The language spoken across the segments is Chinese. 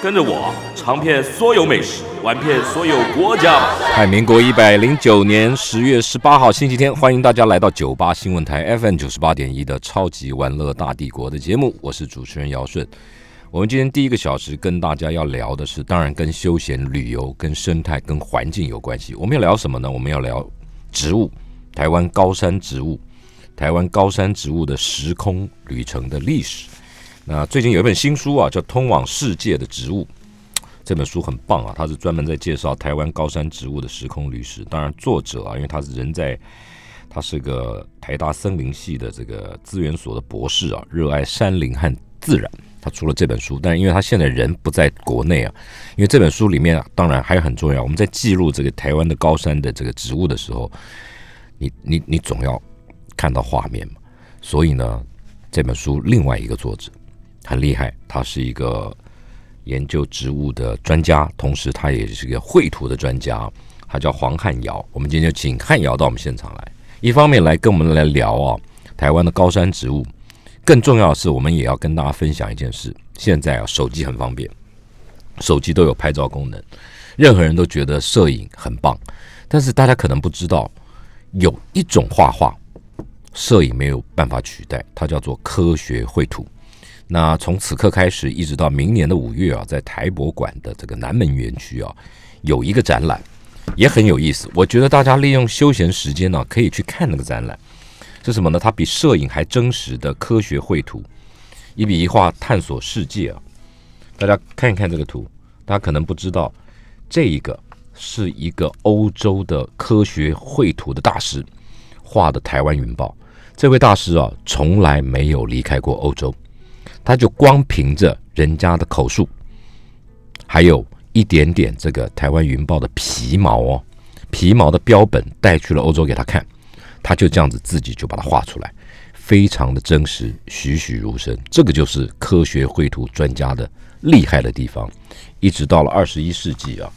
跟着我尝遍所有美食，玩遍所有国家吧。嗨，民国一百零九年十月十八号星期天，欢迎大家来到九八新闻台 FM 九十八点一的《超级玩乐大帝国》的节目，我是主持人姚顺。我们今天第一个小时跟大家要聊的是，当然跟休闲旅游、跟生态、跟环境有关系。我们要聊什么呢？我们要聊植物，台湾高山植物，台湾高山植物的时空旅程的历史。那最近有一本新书啊，叫《通往世界的植物》，这本书很棒啊，它是专门在介绍台湾高山植物的时空旅史。当然，作者啊，因为他是人在，他是个台大森林系的这个资源所的博士啊，热爱山林和自然。他出了这本书，但是因为他现在人不在国内啊，因为这本书里面、啊、当然还有很重要，我们在记录这个台湾的高山的这个植物的时候，你你你总要看到画面嘛。所以呢，这本书另外一个作者很厉害，他是一个研究植物的专家，同时他也是一个绘图的专家，他叫黄汉尧。我们今天就请汉尧到我们现场来，一方面来跟我们来聊啊台湾的高山植物，更重要的是我们也要跟大家分享一件事，现在啊手机很方便，手机都有拍照功能，任何人都觉得摄影很棒，但是大家可能不知道，有一种画画。摄影没有办法取代，它叫做科学绘图。那从此刻开始，一直到明年的五月啊，在台博馆的这个南门园区啊，有一个展览，也很有意思。我觉得大家利用休闲时间呢、可以去看那个展览。是什么呢？它比摄影还真实的科学绘图，一笔一画探索世界啊。大家看一看这个图，大家可能不知道，这一个是一个欧洲的科学绘图的大师画的台湾云豹。这位大师啊，从来没有离开过欧洲。他就光凭着人家的口述，还有一点点这个台湾云豹的皮毛哦，皮毛的标本带去了欧洲给他看，他就这样子自己就把它画出来，非常的真实，栩栩如生。这个就是科学绘图专家的厉害的地方，一直到了二十一世纪啊，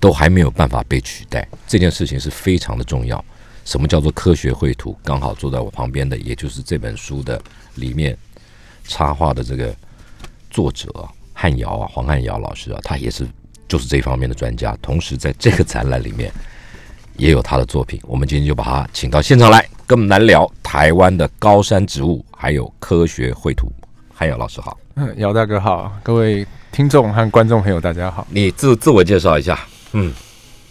都还没有办法被取代。这件事情是非常的重要。什么叫做科学绘图？刚好坐在我旁边的，也就是这本书的里面插画的这个作者啊汉尧啊，黄汉尧老师啊，他也是就是这方面的专家，同时在这个展览里面也有他的作品。我们今天就把他请到现场来，跟我们来聊台湾的高山植物，还有科学绘图。汉尧老师好，嗯， 姚大哥好，各位听众和观众朋友大家好。你自自我介绍一下。嗯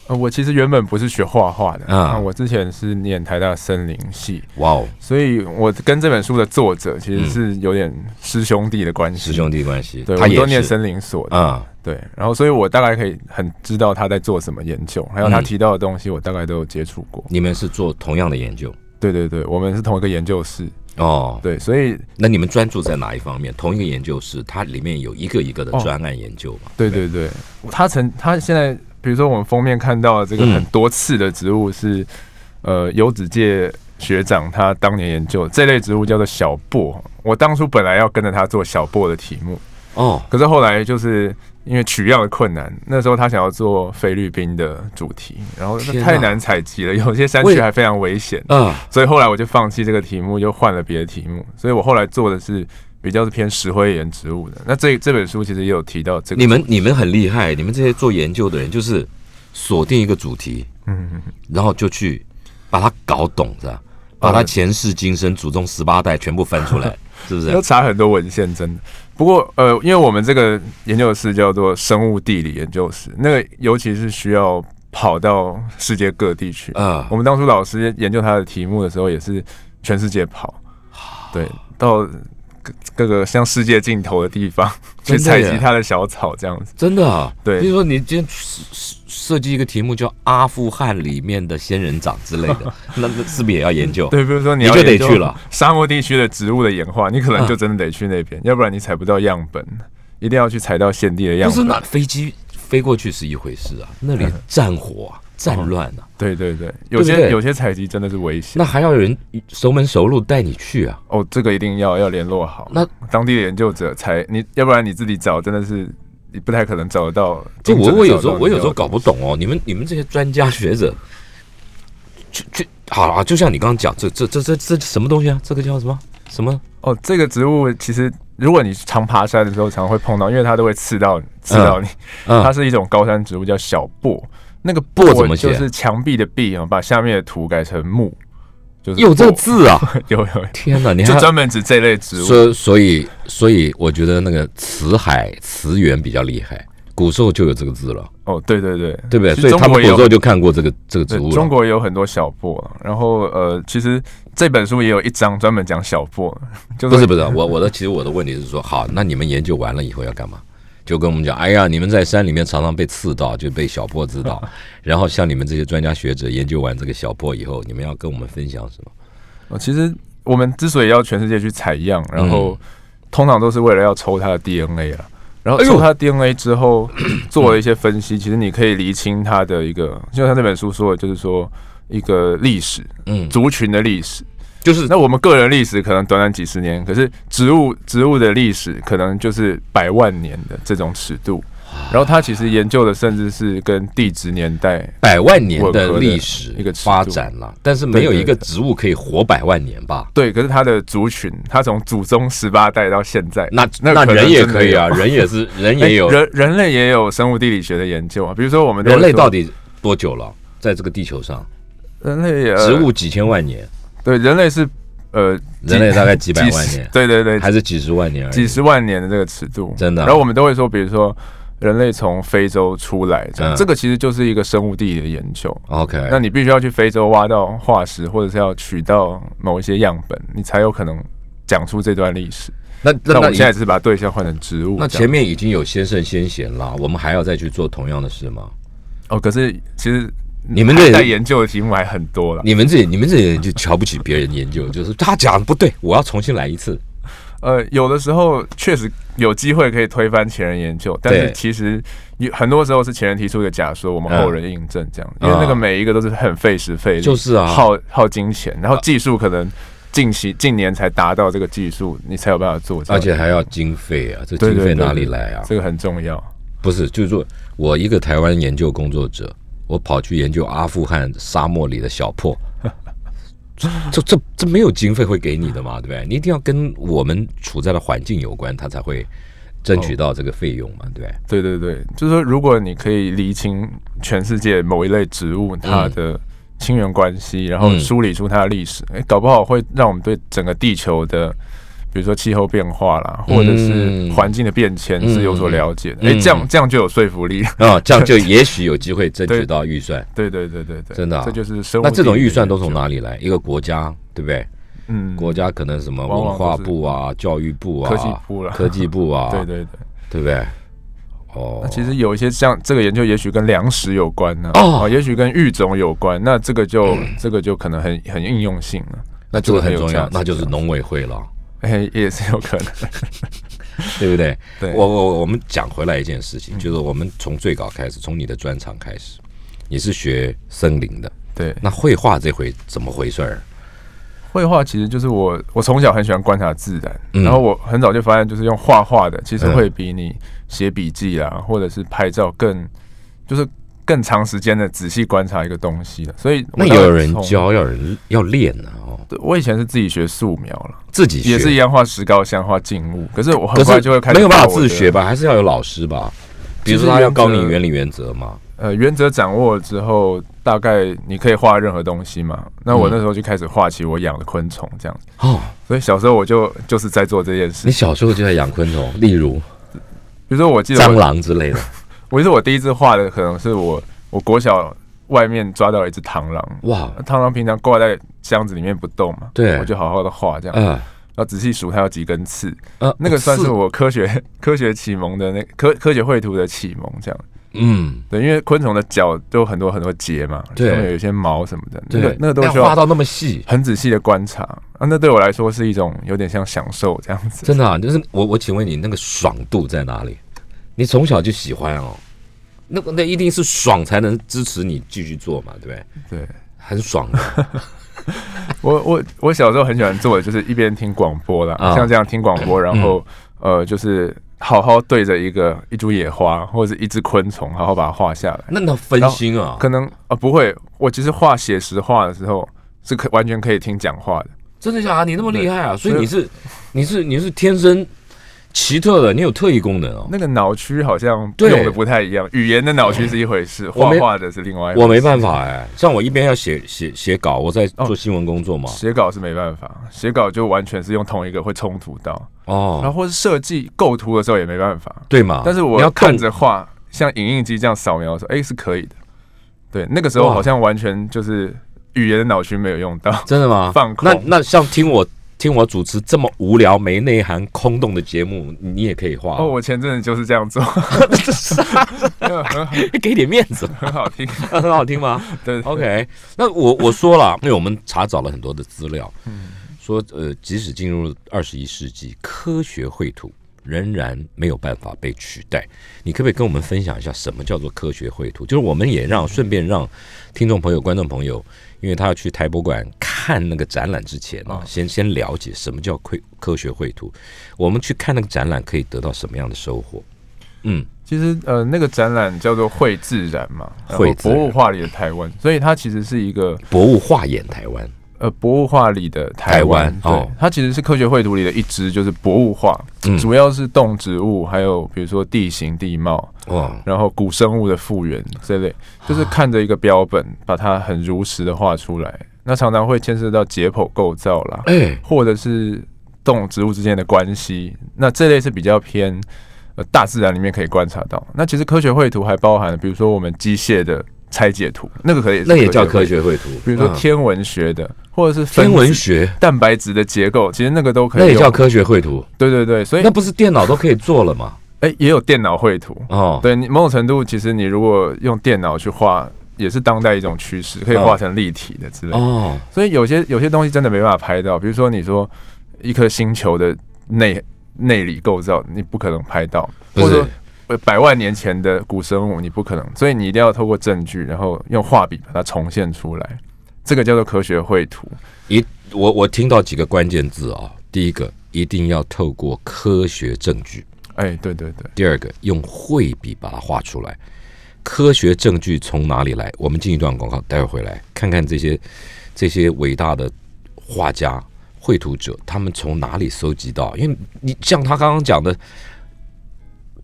呃，我其实原本不是学画画的，啊啊、我之前是念台大森林系，哇哦，所以我跟这本书的作者其实是有点师兄弟的关系。嗯师兄弟关系，对，我他们都也念是森林所的，啊、对，然后所以我大概可以很知道他在做什么研究，还有他嗯提到的东西，我大概都有接触过。你们是做同样的研究对对对，我们是同一个研究室，哦。对，所以那你们专注在哪一方面？同一个研究室，它里面有一个一个的哦专案研究嘛？对对对，他曾他现在，比如说我们封面看到的这个嗯很多次的植物是，呃，油脂界学长他当年研究的这类植物叫做小檗。我当初本来要跟着他做小檗的题目，哦，可是后来就是因为取样的困难，那时候他想要做菲律宾的主题，然后天哪太难采集了，有些山为区还非常危险，啊，所以后来我就放弃这个题目，又换了别的题目，所以我后来做的是。比较是偏石灰岩植物的，那这这本书其实也有提到这个。你们你们很厉害，你们这些做研究的人就是锁定一个主题，嗯，嗯然后就去把它搞懂，是吧？把它前世今生、祖宗十八代全部翻出 来，是啊不是要？查很多文献，真的。不过，呃，因为我们这个研究室叫做生物地理研究室，那个尤其是需要跑到世界各地去。啊我们当初老师研究他的题目的时候，也是全世界跑， 对，到各各个像世界尽头的地 方真去的采耶集他的小草，这样子。真的啊，对比如说你今天设设设计一个题目叫《阿富汗里面的仙人掌》之类 的，那那是不是也要研究？对，比如说你你要就得研究去了嗯沙漠地区的植物的演化，你可能就真的得去那边，要不然你采不到样本，一定要去采到现地的样不本。是那飞机飞过去是一回事啊，那里战火啊、哦战乱啊，对对对，对有不些对有些采集真的是危险那还要有人熟门熟路带你去啊。哦，这个一定要要联络好，那当地的研究者才你，要不然你自己找真的是你不太可能找得到这精准我地我有找时候到我有你时候要搞不懂哦，你们你们这些专家学者，就就好了啊，就像你刚刚讲，这这这这这什么东西啊？这个叫什么什么？哦，这个植物其实如果你常爬山的时候，常会碰到，因为它都会刺到你，刺到你。它嗯，是一种高山植物，叫小檗。那个薄怎么薄就写啊是墙壁的壁啊，把下面的土改成木，就是有这个薄字啊！ 有有，天哪，你就还专门指哦这类植物。所所以所以，我觉得那个辞海辞源比较厉害，古时候就有这个字了，哦，对对对，对不对？所其实以中他们国古也时有候就看过这个这个植对物了。中国也有很多小檗啊，然后呃，其实这本书也有一章专门讲小檗， 就不是不是，我我的其实我的问题是说，好，那你们研究完了以后要干嘛？就跟我们讲，哎呀，你们在山里面常常被刺到，就被小破刺 到。然后像你们这些专家学者研究完这个小破以后，你们要跟我们分享什么？哦，其实我们之所以要全世界去采样，然嗯后通常都是为了要抽它的 DNA 啦。然后哎呦啊抽它的 DNA 之后，做了一些分析，其实你可以厘清它的一个，就像这本书说的，就是说一个历史，嗯，族群的历史。就是 那我们个人历史可能短短几十年，可是植物植物的历史可能就是百万年的这种尺度。然后它其实研究的甚至是跟地质年代百万年吻合的的历史一个尺度发展了，但是没有对对一个对植物可以活百万年吧？对，可是它的族群，它从祖宗十八代到现在，那那那可能人也真的可以有啊，人也 是人哎也有人人类也有生物地理学的研究啊，比如说我们都会人类说到底多久了？在这个地球上，人类也植物几千万年，对人类是呃人类大概几百万十年，对对对，还是几十万年而已？几十万年的这个尺度，真的啊然后我们都会说，比如说人类从非洲出来，这样嗯这个其实就是一个生物地理的研究。 OK，那你必须要去非洲挖到化石，或者是要取到某一些样本，你才有可能讲出这段历史。那那那我那们你现在只是把对象换成植物这样。那前面已经有先圣先贤啦，我们还要再去做同样的事吗？哦，可是其实你们这还在研究的题目还很多了。你们这你们这些人就瞧不起别人研究，就是他讲得不对，我要重新来一次。呃，有的时候确实有机会可以推翻前人研究，但对是其实有很多时候是前人提出一个假说，我们后人印证这样，因为那个每一个都是很费时费力，啊就是啊耗耗金钱，然后技术可能近期近年才达到这个技术，你才有办法做这 而样，且还要经费啊，这对经对费对哪里对来啊？这个很重要。不是，就是说我一个台湾研究工作者，我跑去研究阿富汗沙漠里的小 破，这这这没有经费会给你的嘛，对不对？你一定要跟我们处在的环境有关，他才会争取到这个费用嘛，对不对？对对对，就是说，如果你可以厘清全世界某一类植物它的亲缘关系，然后嗯梳理出它的历史，哎、搞不好会让我们对整个地球的，比如说气候变化啦，或者是嗯环境的变迁是有所了解的。嗯哎、这样这样就有说服力。啊、这样就也许有机会争取到预算。 对对对对对，真的啊这就是生物。那这种预算都从？哪里来？一个国家，对不对？嗯，国家可能什么往往文化都是部啊、教育部啊、科技部啦科技部啊， 对对对。对不对？哦那，其实有一些像这个研究，也许跟粮食有关呢、哦哦，也许跟育种有关，那这个 就、这个就可能很很应用性了。那这个很重要，这个很有价值啊那就是农委会了，哎，也是有可能。对不对？对嗯我我我们讲回来一件事情，就是我们从最早开始，从你的专长开始，你是学森林的，对，那绘画这回怎么回事儿？绘画其实就是我，我从小很喜欢观察自然，嗯然后我很早就发现，就是用画画的，其实会比你写笔记啦，或者是拍照更，就是更长时间的仔细观察一个东西的。所以我那大概要有人从，教，要有人要练呢、啊，哦，对我以前是自己学素描了，自己学也是一样画石膏像、画静物，可是我很可快是就会开始没有办法把我自的学。吧，还是要有老师吧。比如其说实他要原则告你原理原则嘛，呃，原则掌握了之后，大概你可以画任何东西嘛。那我嗯那时候就开始画起我养的昆虫这样子，哦，所以小时候我就就是在做这件事你。小时候就在养昆 虫，例如比如说，我记得我蟑螂之类的。我记得我第一次画的可能是我我国小外面抓到一只螳螂， 哇，螳螂平常挂在箱子里面不动嘛，对我就好好的画这样，然呃后仔细数它有几根刺，呃，那个算是四我科学 科学启蒙的那科科学绘图的启蒙这样。嗯，对，因为昆虫的脚都有很多很多节嘛，对上面有一些毛什么的，那对个，那个都要需画要到那么细，很仔细的观察啊。那对我来说是一种有点像享受这样 子。真的啊，就是我我请问你那个爽度在哪里？你从小就喜欢哦，那那一定是爽才能支持你继续做嘛，对不对？对很爽 的，我我我小时候很喜欢做的就是一边听广播啦，啊嗯像这样听广播，然后、呃就是好好对着一个一株野花或者是一只昆虫，好好把它画下来。那那分心啊，可能啊、呃不会，我其实画写实画的时候是可完全可以听讲话的。真的假的？你那么厉害啊？所以所以你是你是你是天生奇特的，你有特异功能哦。那个脑区好像对用的不太一样，语言的脑区是一回事，我画没画的是另外一回事。我没办法哎、像我一边要写写写稿，我在做新闻工作嘛。写稿是没办法，写稿就完全是用同一个会冲突到，然哦，后或是设计构图的时候也没办法。对嘛？但是我你要看动着画，像影印机这样扫描的时候，哎、是可以的。对，那个时候哇好像完全就是语言的脑区没有用 到。真的吗？放空那那像听我听我主持这么无聊、没内涵、空洞的节目，你也可以画哦，我前阵子就是这样做， 很好 给点面子，很 好听。很好听吗？对 OK，那我我说了，因为我们查找了很多的资料，说呃，即使进入二十一世纪，科学绘图仍然没有办法被取代。你可不可以跟我们分享一下什么叫做科学绘图？就是我们也让顺便让听众朋友、观众朋友，因为他要去台博馆看那个展览之前啊，先先了解什么叫科科学绘图。我们去看那个展览可以得到什么样的收获？嗯，其实呃，那个展览叫做“绘自然”嘛，然后绘自博然物画里的台湾，所以它其实是一个博物画眼台湾呃博物画里的台湾。台湾对哦它其实是科学绘图里的一支，就是博物画，嗯主要是动植物，还有比如说地形地貌，哦，然后古生物的复原这类，啊就是看着一个标本，把它很如实的画出来。那常常会牵涉到解剖构造啦，哎、或者是动植物之间的关系。那这类是比较偏呃大自然里面可以观察到。那其实科学绘图还包含，比如说我们机械的拆解图，那个可以那也叫科科学学绘绘图，图，比如说嗯天文学的，或者是分天文子学。蛋白质的结构，其实那个都可以那也用叫科学绘图，对对对，所以那不是电脑都可以做了吗？哎、也有电脑绘图哦，对你某种程度，其实你如果用电脑去画，也是当代一种趋势，可以画成立体的之类的。哦，所以有些有些东西真的没办法拍到，比如说你说一颗星球的内内里构造，你不可能拍到，不或者是说呃百万年前的古生物，你不可能。所以你一定要透过证据，然后用画笔把它重现出来。这个叫做科学绘图，一我我听到几个关键字啊、第一个一定要透过科学证据，哎、对对对，第二个用绘笔把它画出来。科学证据从哪里来？我们进一段广告，待会儿回来看看这些这些伟大的画家、绘图者，他们从哪里搜集到？因为你像他刚刚讲的，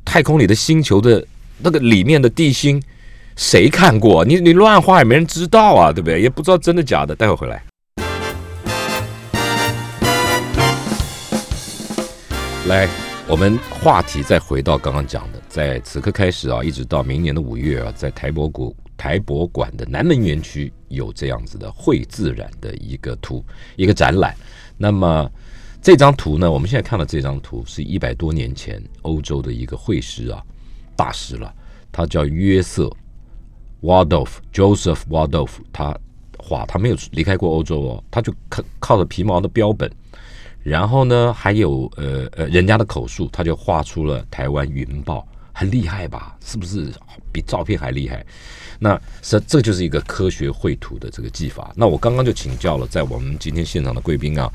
太空里的星球的那个里面的地心，谁看过？你你乱画也没人知道啊，对不对？也不知道真的假的。待会儿回来。来，我们话题再回到刚刚讲的，在此刻开始啊，一直到明年的五月啊，在台博谷台博馆的南门园区有这样子的绘自然的一个图一个展览。那么这张图呢，我们现在看到这张图是一百多年前欧洲的一个绘师啊，大师了，他叫约瑟 Waldorf Joseph Waldorf，他画他没有离开过欧洲哦，他就靠靠着皮毛的标本。然后呢，还有呃呃人家的口述，他就画出了台湾云豹，很厉害吧？是不是比照片还厉害？那这这就是一个科学绘图的这个技法。那我刚刚就请教了，在我们今天现场的贵宾啊，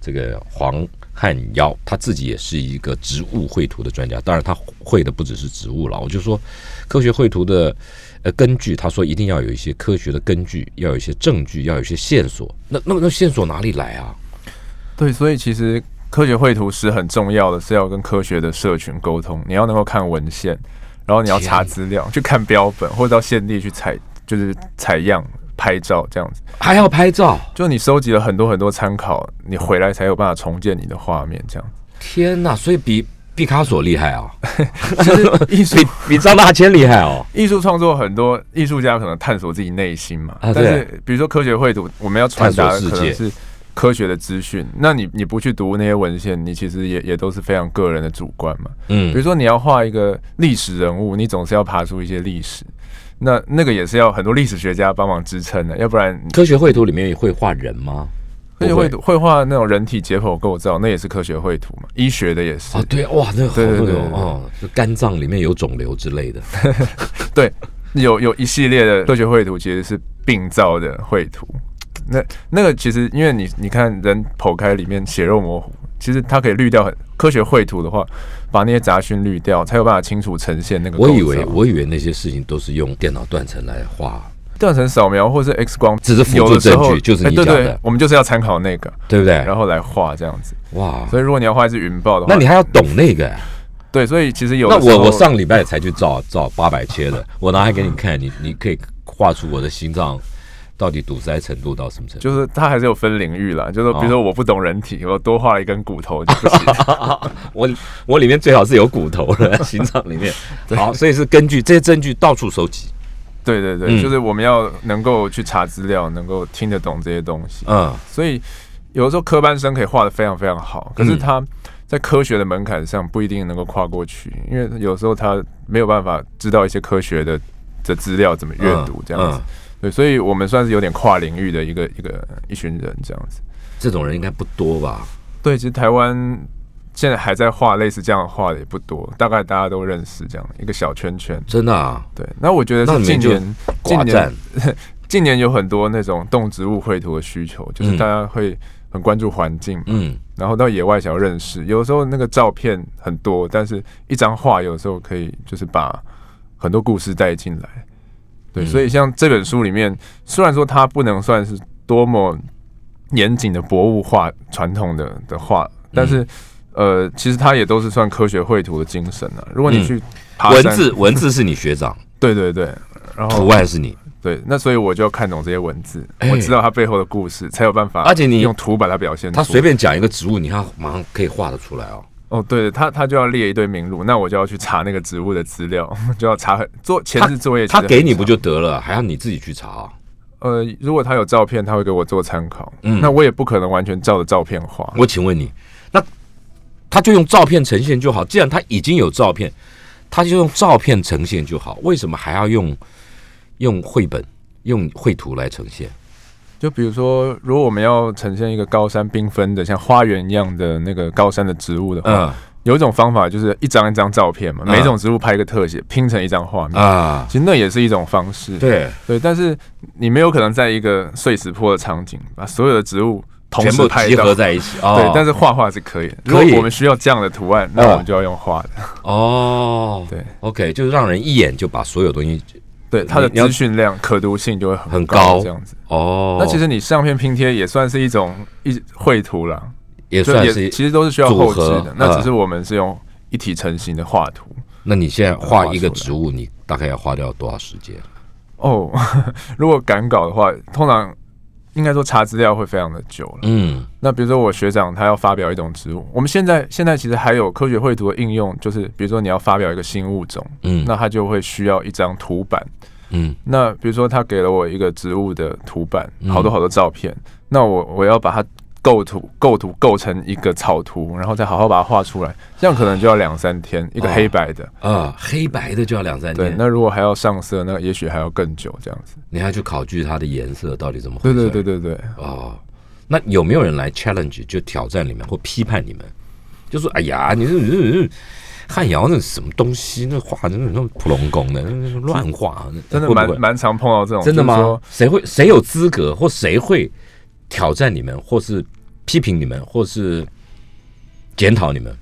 这个黄汉尧，他自己也是一个植物绘图的专家。当然，他绘的不只是植物了。我就说，科学绘图的呃根据，他说一定要有一些科学的根据，要有一些证据，要有一些线索。那那那线索哪里来啊？对，所以其实科学绘图师很重要的是要跟科学的社群沟通，你要能够看文献，然后你要查资料，去看标本，或者到现地去采，就是采样、拍照这样子。还要拍照？就你收集了很多很多参考，你回来才有办法重建你的画面这样。天呐，所以比毕卡索厉害 啊，艺术比比张大千厉害哦。艺术创作很多艺术家可能探索自己内心嘛，啊但是比如说科学绘图，我们要传达探的索世可界能是科学的资讯，那你你不去读那些文献，你其实也也都是非常个人的主观嘛。比如嗯，说你要画一个历史人物，你总是要爬出一些历史，那那个也是要很多历史学家帮忙支撑的，要不然你科学绘图里面会画人吗？科学不会绘图绘画那种人体解剖构造，那也是科学绘图嘛，医学的也是。啊，对，哇，那个好对对多对对种哦，就肝脏里面有肿瘤之类的，对，有有一系列的科学绘图其实是病灶的绘图。那那个其实因为你你看人剖开里面血肉模糊，其实它可以滤掉很科学绘图的话，把那些杂讯滤掉，才有办法清楚呈现那个构我造。以为我以为那些事情都是用电脑断层来画，断层扫描或是 X 光，只是辅助有的时候证据就是哎你对讲对的我们就是要参考那个，对不对？然后来画这样子。哇，所以如果你要画一只云豹的话，那你还要懂那个、对，所以其实有的那时候我我上礼拜才去照照八百切的，我拿来给你看，你你可以画出我的心脏到底堵塞程度到什么程度。就是它还是有分领域啦，就是说比如哦说我不懂人体，我多画了一根骨 头就不行。我我里面最好是有骨头 的，心脏里面。好，所以是根据这些证据到处收集。对对对，嗯就是我们要能够去查资料，能够听得懂这些东西。嗯，所以有的时候科班生可以画的非常非常好，嗯可是他在科学的门槛上不一定能够跨过去，因为有时候他没有办法知道一些科学的的资料怎么阅读这样嗯子。嗯对，所以我们算是有点跨领域的一个一个一群人这样子。这种人应该不多吧？对，其实台湾现在还在画类似这样的画的也不多，大概大家都认识这样一个小圈圈。真的啊，对，那我觉得那是你近们就年近寡年占近年有很多那种动植物绘图的需求，就是嗯大家会很关注环境，嗯，然后到野外想要认识。有的时候那个照片很多，但是一张画有时候可以就是把很多故事带进来。对，嗯所以像这本书里面，虽然说它不能算是多么严谨的博物画传统的的画，但嗯是、呃，其实它也都是算科学绘图的精神啊。如果你嗯去爬文山，哦字文字是你学 长，对对对，然后图案是你，对，那所以我就要看懂这些文字，哎我知道它背后的故事，才有办法。而且你用图把它表现出。他随便讲一个植物，你看马上可以画得出来哦。哦，对，他他就要列一堆名录，那我就要去查那个植物的资料， 就要查很做前置作业他其实很给你不长就得了，还要你自己去查啊？呃，如果他有照片，他会给我做参考。嗯那我也不可能完全照着照片画。我请问你，那他就用照片呈现就好。既然他已经有照片，他就用照片呈现就好。为什么还要用用绘本、用绘图来呈现？就比如说，如果我们要呈现一个高山缤纷的像花园一样的那个高山的植物的话，嗯有一种方法就是一张一张照片嘛，嗯每种植物拍一个特写，拼成一张画面。啊，其实那也是一种方式。对，对，但是你没有可能在一个碎石坡的场景把所有的植物同全时部拍集到合。在一起啊。对，但是是画画是可以的。如可以果我们需要这样的图案，那哦我们就要用画的。哦，对，OK，就是让人一眼就把所有东西对，它的你要资讯量、可读性就会很很高这样子。哦。那其实你相片拼贴也算是一种一绘图啦，也就算也是其实都是需要后置组合的。那嗯只是我们是用一体成型的画图。那你现在画一个画出来植物，你大概要花掉多少时间？哦， 如果赶稿的话，通常应该说查资料会非常的久了。嗯，那比如说我学长他要发表一种植物，我们现在现在其实还有科学绘图的应用，就是比如说你要发表一个新物种，嗯那他就会需要一张图板。嗯那比如说他给了我一个植物的图板，嗯好多好多照片，那我我要把它构图构图构成一个草图，然后再好好把它画出来，这样可能就要两三天，一个哦黑白的。啊，黑白的就要两三对天，，那如果还要上色，那也许还要更久这样子。你还要去考据它的颜色到底怎么回对事？对对对对，哦，那有没有人来 challenge 就挑战你们或批判你们？就说哎呀，你这你这你这汉瑶那什么东西，那画那那普龙宫的那乱画，那真的会不蛮会？蛮常碰到这种。真的就是说吗？谁会谁有资格或谁会挑战你们，或是批评你们，或是检讨你们？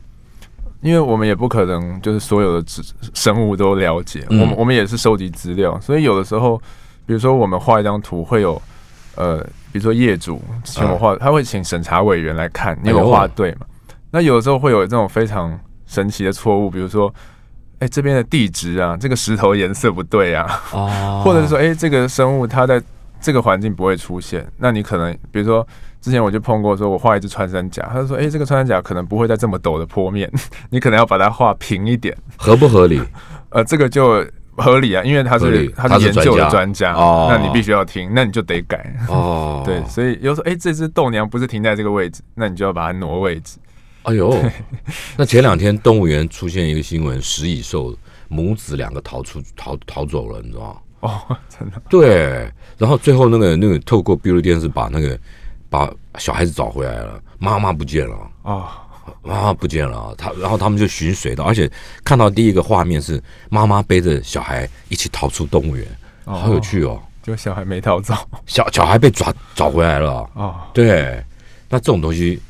因为我们也不可能就是所有的植生物都了解，嗯我们我们也是收集资料，所以有的时候，比如说我们画一张图会有，呃，比如说业主请我画，他会请审查委员来看你有没有画对嘛？那有的时候会有这种非常神奇的错误，比如说，哎、这边的地质啊，这个石头颜色不对啊，哦或者是说，哎、这个生物它在这个环境不会出现，那你可能比如说。之前我就碰过，说我画一只穿山甲，他就说，哎、这个穿山甲可能不会在这么陡的坡面， 你可能要把它画平一点。合不合 理？呃，这个就合理啊，因为他合是理他他是是研究的专专家家，哦那你必须要听，那你就得改。哦，对，所以有时候，哎、这只豆娘不是停在这个位置，那你就要把它挪位置。哎呦，那前两天动物园出现一个新闻，食蚁兽母子两个逃出逃逃走了，你知道吗？哦，真的，对，然后最后那个那个透过闭路电视把那个把小孩子找回来了，妈妈不见了，啊，妈妈不见了。他然后他们就寻水道，而且看到第一个画面是妈妈背着小孩一起逃出动物园，哦好有趣哦。就小孩没逃走小小孩被抓找回来了，啊，对，那这种东西，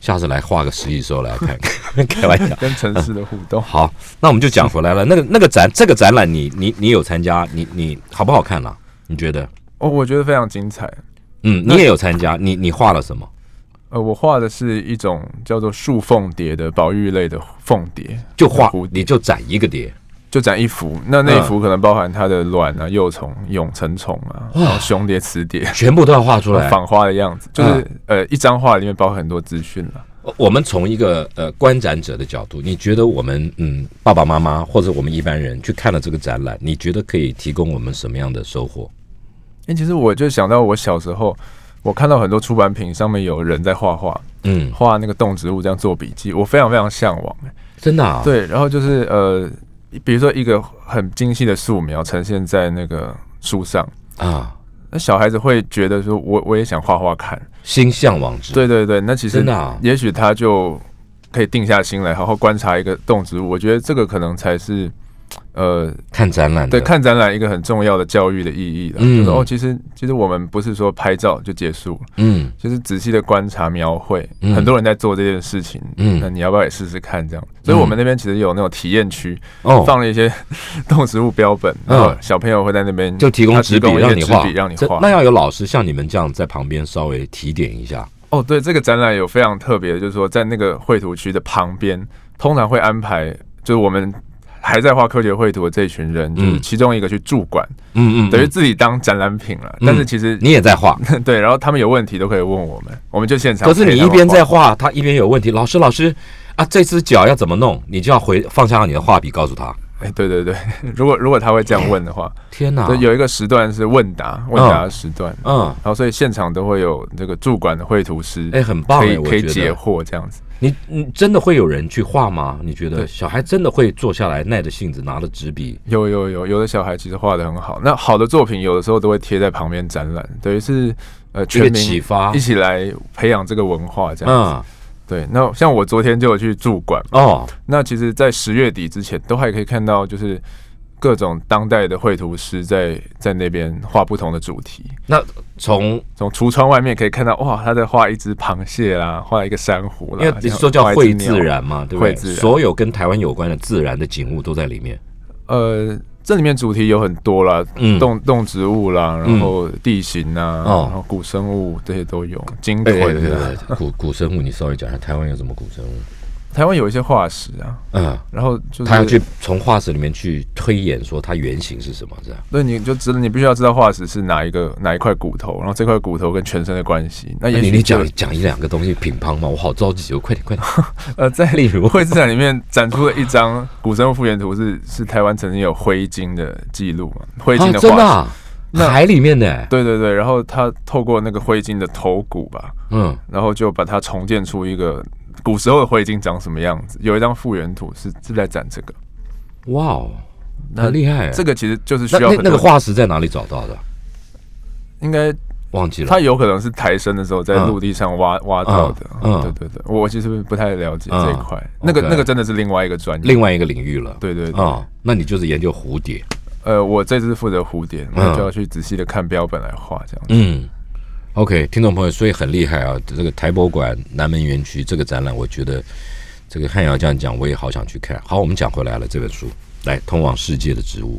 下次来画个十亿的时候来看看，开玩笑。。跟城市的互动好，那我们就讲回来了。那个那个展，这个展览你你你有参加，你你好不好看啦、你觉得？哦，我觉得非常精彩。嗯，你也有参加，你你画了什么？呃，我画的是一种叫做树凤蝶的保育类的凤蝶，就画蝴，蝶你就展一个碟，就展一幅。那那一嗯幅可能包含它的卵啊、幼虫、蛹、成虫啊，然后雄蝶、雌蝶，全部都要画出来。仿花的样子，就是呃，一张画里面包含很多资讯了。我我们从一个呃观展者的角度，你觉得我们嗯爸爸妈妈或者我们一般人去看了这个展览，你觉得可以提供我们什么样的收获？哎、其实我就想到我小时候，我看到很多出版品上面有人在画画，嗯，画那个动植物这样做笔记，我非常非常向往。欸真的啊，，对，然后就是呃，比如说一个很精细的素描呈现在那个书上，啊，那小孩子会觉得说我我也想画画看。心向往之。对对对，那其实真的啊也许他就可以定下心来，好好观察一个动植物。我觉得这个可能才是呃看展览的，对，看展览一个很重要的教育的意义了。嗯就是哦，其实其实我们不是说拍照就结束，嗯就是仔细的观察描绘，嗯很多人在做这件事情。那嗯，你要不要也试试看？这样，所以我们那边其实有那种体验区，哦，嗯放了一些 动植物标本，然后小朋友会在那边就提供他纸笔一些让你画纸笔，让你这画。那要有老师像你们这样在旁边稍微提点一下。哦，对，这个展览有非常特别的，就是说在那个绘图区的旁边，通常会安排就是我们。还在画科学绘图的这一群人，就是嗯其中一个去驻馆，嗯嗯，等于嗯自己当展览品了。但是其实你也在画， 对，然后他们有问题都可以问我们，我们就现场可陪他是们画。你一边在画，他一边有问题。老师，老师啊，这只脚要怎么弄？你就要回放下你的画笔，告诉他。哎，对对对， 如果如果他会这样问的话，天哪对，，有一个时段是问答，问答的时段，然啊嗯，后所以现场都会有这个驻馆的绘图师，哎很棒可哎以我可以觉得解惑这样子。你你真的会有人去画吗？你觉得对小孩真的会坐下来，耐着性子拿着纸笔？有有有，有的小孩其实画的很好，那好的作品有的时候都会贴在旁边展览，等于是呃一个全启民发一。起来培养这个文化这样子。嗯，对，那像我昨天就有去驻馆，哦，那其实，在十月底之前，都还可以看到，就是各种当代的绘图师在在那边画不同的主题。那从从橱窗外面可以看到，哇，他在画一只螃蟹啦，画一个珊瑚啦，因为你说叫画一只会鸟自然嘛，对不啊会对？自然所有跟台湾有关的自然的景物都在里面。呃，这里面主题有很多啦，嗯动动植物啦，然后地形啊，哦然后古生物这些都有，鲸对对豚对啊，对，古古生物，你稍微讲一下台湾有什么古生物？台湾有一些化石啊，嗯，然后就是他要去从化石里面去推演说它原型是什么，这样。对，你就知你必须要知道化石是哪一个哪一块骨头，然后这块骨头跟全身的关系。那那也你许你就讲讲一两个东西乒乓嘛，我好着急哦，快点快 点。呃，在 例如会自展里面展出了一张古生物复原图是，是台湾曾经有灰鲸的记录嘛，灰鲸啊，的真化石。的啊，那海里面的，对对对，然后他透过那个灰鲸的头骨吧，嗯，然后就把它重建出一个古时候的灰鲸长什么样子。有一张复原图是是在展这个，哇哦，很厉害。这个其实就是需那要那很那个多，化石在哪里找到的？应该忘记了它。有可能是抬升的时候在嗯陆地上挖挖到的。嗯对对对，我其实不太了解嗯这一块，那个 OK 那个真的是另外一个专业。另外一个领域了。对对对，啊，那你就是研究蝴蝶。呃，我这次负责蝴蝶，嗯那就要去仔细的看标本来画这样子。嗯，OK，听众朋友，所以很厉害啊！这个台博馆南门园区这个展览，我觉得这个汉瑶这样讲，我也好想去看。好，我们讲回来了这本书，来通往世界的植物，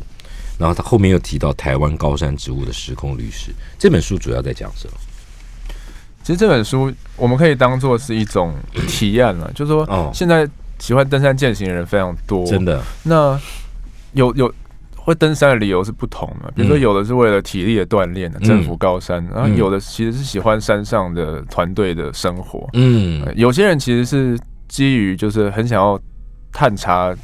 然后他后面又提到台湾高山植物的时空旅史。这本书主要在讲什么？其实这本书我们可以当做是一种提案了，就是哦说现在喜欢登山健行的人非常多，真的，那有有会登山的理由是不同的，比如说嗯有的是为了体力的锻炼，征服高山，然后嗯有的其实是喜欢山上的团队的生活、嗯呃有些人其实是基于就是很想要探查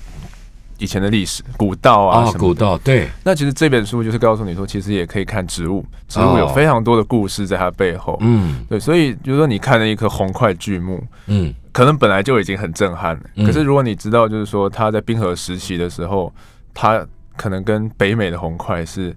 以前的历史、古道啊啊，什么古的。道对，那其实这本书就是告诉你说，其实也可以看植物，植物有哦非常多的故事在它背后。嗯对，所以就是说你看了一棵红块巨木，嗯可能本来就已经很震撼了。嗯可是如果你知道，就是说它在冰河时期哦的时候，它可能跟北美的红块是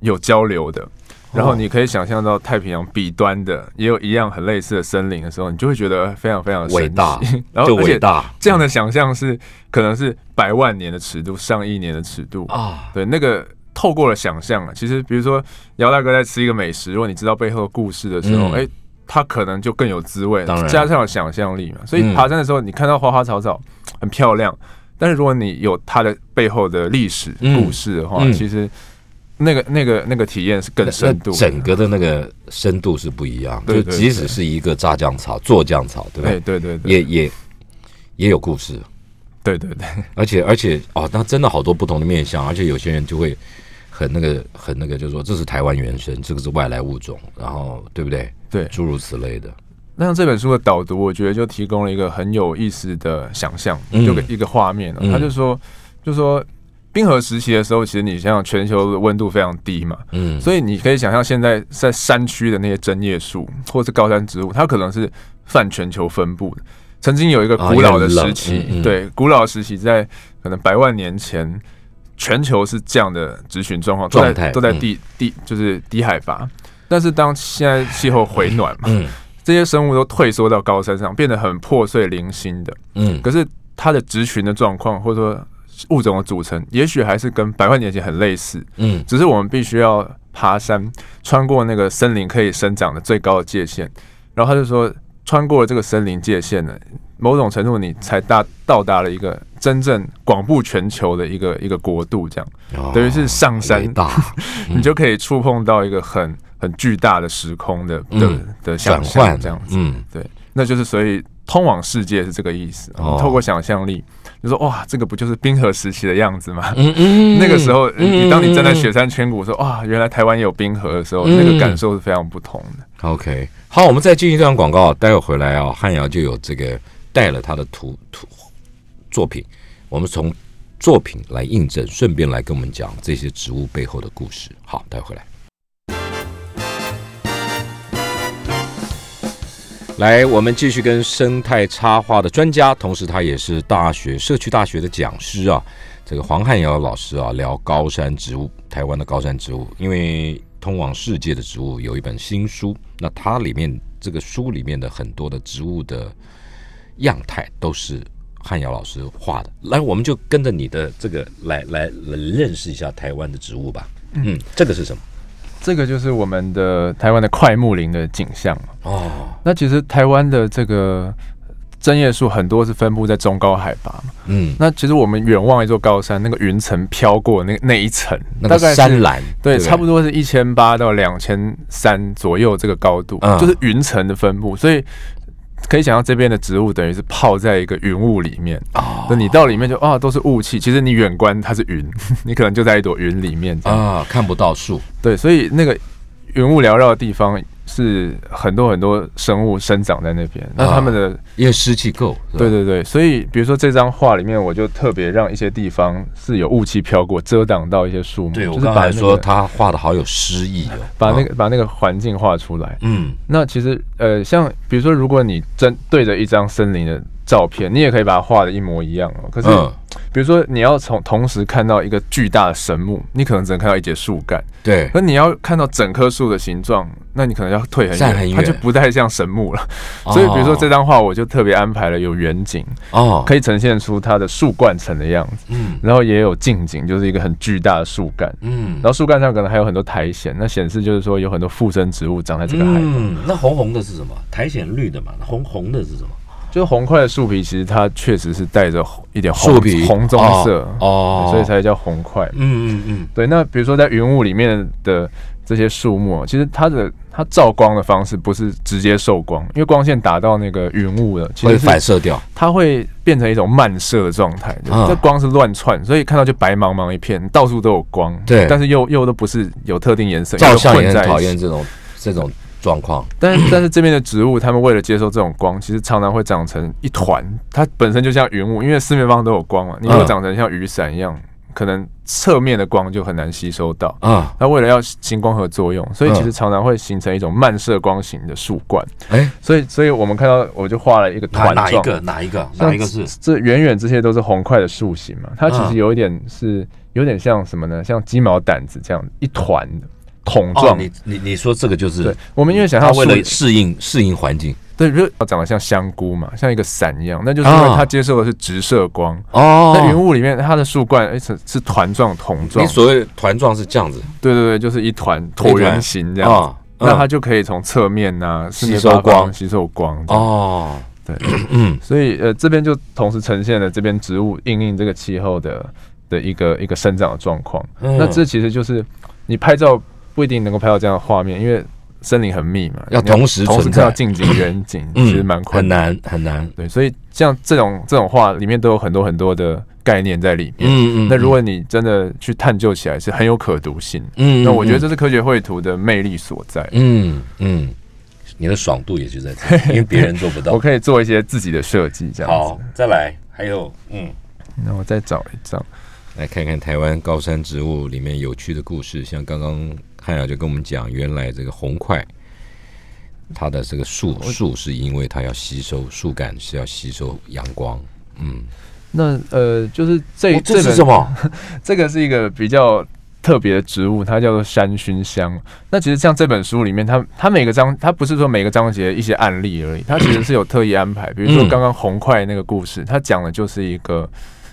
有交流的，然后你可以想象到太平洋彼端的也有一样很类似的森林的时候，你就会觉得非常非啊常的神伟奇大 然就后而伟且大这样的想象是可能是百万年的尺度、上亿年的尺度啊，对，那个透过了想象啊，其实比如说姚大哥在吃一个美食，如果你知道背后的故事的时候，嗯哎、他可能就更有滋味，当然加上有想象力嘛。所嗯以爬山的时候，你看到花花草草很漂亮，但是如果你有它的背后的历史嗯故事的话，嗯其实那个那个那个体验是更那深度那的。整个的那个深度是不一样。对就对即使是一个炸酱草、做酱草，对对不对对对对？也也也有故事，对对对，而且而且哦，那真的好多不同的面相，而且有些人就会很那个很那个，就是说这是台湾原生，这个是外来物种，然后对不对？对诸如此类的。那像这本书的导读，我觉得就提供了一个很有意思的想象，嗯就一个画面、哦嗯他就说，就说冰河时期的时候，其实你想想全球的温度非常低嘛，嗯，所以你可以想象现在在山区的那些针叶树或是高山植物，它可能是泛全球分布的。曾经有一个古老的时期，啊也很冷嗯嗯对，古老时期在可能百万年前，全球是这样的植群状况，都状态在都在嗯低低就是低海拔。但是当现在气候回暖嘛，嗯这些生物都退缩到高山上，变得很破碎零星的。嗯，可是它的植群的状况，或者说物种的组成，也许还是跟百万年前很类似。嗯只是我们必须要爬山，穿过那个森林可以生长的最高的界限。然后他就说，穿过了这个森林界限呢，某种程度你才达到达了一个真正广布全球的一个一个国度，这样哦等于是上山伟大你就可以触碰到一个很很巨大的时空的的嗯的转想换象，这样子。嗯，对，那就是所以通往世界是这个意思。哦你透过想象力，就说哇，这个不就是冰河时期的样子吗？嗯嗯那个时候，嗯你当你站在雪山圈谷说哇，啊原来台湾也有冰河的时候，嗯那个感受是非常不同的。 OK，好，我们再进一段广告，待会回来啊，汉瑶就有这个带了他的图图作品，我们从作品来印证，顺便来跟我们讲这些植物背后的故事。好，待会回来。来，我们继续跟生态插画的专家，同时他也是大学社区大学的讲师啊，这个黄汉尧老师啊，聊高山植物，台湾的高山植物，因为通往世界的植物有一本新书，那它里面这个书里面的很多的植物的样态都是汉尧老师画的。来，我们就跟着你的这个来来来认识一下台湾的植物吧。嗯，这个是什么？这个就是我们的台湾的快木林的景象。哦，那其实台湾的这个针叶树很多是分布在中高海拔嘛。嗯，那其实我们远望一座高山，那个云层飘过那那一层，那大个概是山兰，对，差不多。多是一千八到两千三左右这个高度，嗯就是云层的分布，所以可以想象这边的植物等于是泡在一个云雾里面。哦那你到里面就啊都是雾气，其实你远观它是云， 你可能就在一朵云里面啊。啊，看不到树，对，所以那个云雾缭绕的地方是很多很多生物生长在那边，嗯那它们的因为湿气够。是吧对，对对，所以比如说这张画里面，我就特别让一些地方是有雾气飘过，遮挡到一些树木。对我就是刚把才那说个他画的好有诗意哦，把那啊个把那个环境画出来。嗯那其实呃，像比如说，如果你真对着一张森林的照片，你也可以把它画的一模一样哦。可是，嗯，比如说你要从同时看到一个巨大的神木，你可能只能看到一节树干；对，可你要看到整棵树的形状，那你可能要退很站远，很远它就不太像神木了。所以，比如说这张画，我就特别安排了有远景，哦，可以呈现出它的树冠层的样子，嗯然后也有近景，就是一个很巨大的树干。嗯然，后树干上可能还有很多苔藓，那显示就是说有很多附生植物长在这个海里。嗯，那红红的是什么？苔藓绿的嘛，那红红的是什么？就是红块的树皮，其实它确实是带着红一点红树皮红棕色哦哦对所以才叫红块。嗯嗯嗯，对，那比如说在云雾里面的这些树木，哦其实它的它照光的方式不是直接受光，因为光线打到那个云雾了，其会实反是射掉。它会变成一种漫射的状态，就是啊这光是乱窜，所以看到就白茫茫一片，到处都有光，对但是又又都不是有特定颜色，照又相混也在很一讨起厌这种这种状况。但 是但是这边的植物，它们为了接受这种光，其实常常会长成一团。它本身就像云雾，因为四面八方都有光嘛。你如果嗯长成像雨伞一样，可能侧面的光就很难吸收到。啊，它为了要行光合作用，所以其嗯实常常会形成一种漫射光型的树冠。哎，所以，所以我们看到，我就画了一个哪团哪一状。个？哪一个？像哪一个是？这远远这些都是红块的树形嘛，它其嗯实有一点是有点像什么呢？像鸡毛掸子这样一团的。桶哦，状。你你你说这个就是对，我们因为想他要为了塑适应适应环境对，就是要长得像香菇嘛，像一个伞一样，那就是因为啊它接受的是直射光。在云哦。雾里面，它的树冠哎是是团状、筒状你，所谓团状是这样子对对对，就是一团椭圆形这样子。啊，那它嗯就可以从侧面呐、啊、四面吸收八方光吸收光哦。哦，对，嗯，所以呃，这边就同时呈现了这边植物应应这个气候的的一个一个生长的状况。嗯那这其实就是你拍照不一定能够拍到这样的画面，因为森林很密嘛，要你要同时同时存在看到近景、远景，嗯其实蛮困很难。难很难，对，所以像这种这种画里面都有很多很多的概念在里面。嗯嗯。那如果你真的去探究起来，是很有可读性。嗯，嗯那我觉得嗯这是科学绘图的魅力所在。嗯嗯，你的爽度也就在这里，因为别人做不 我到。可以做一些自己的设计，这样好子。，再来，还有，嗯，那我再找一张。来看看台湾高山植物里面有趣的故事，像刚刚汉雅就跟我们讲，原来这个红块，它的这个树树是因为它要吸收树干是要吸收阳光，嗯，那呃，就是这、哦这是本什么？这个是一个比较特别的植物，它叫做山熏香。那其实像这本书里面，它它每个章，它不是说每个章节一些案例而已，它其实是有特意安排。比如说嗯刚刚红块那个故事，它讲的就是一个。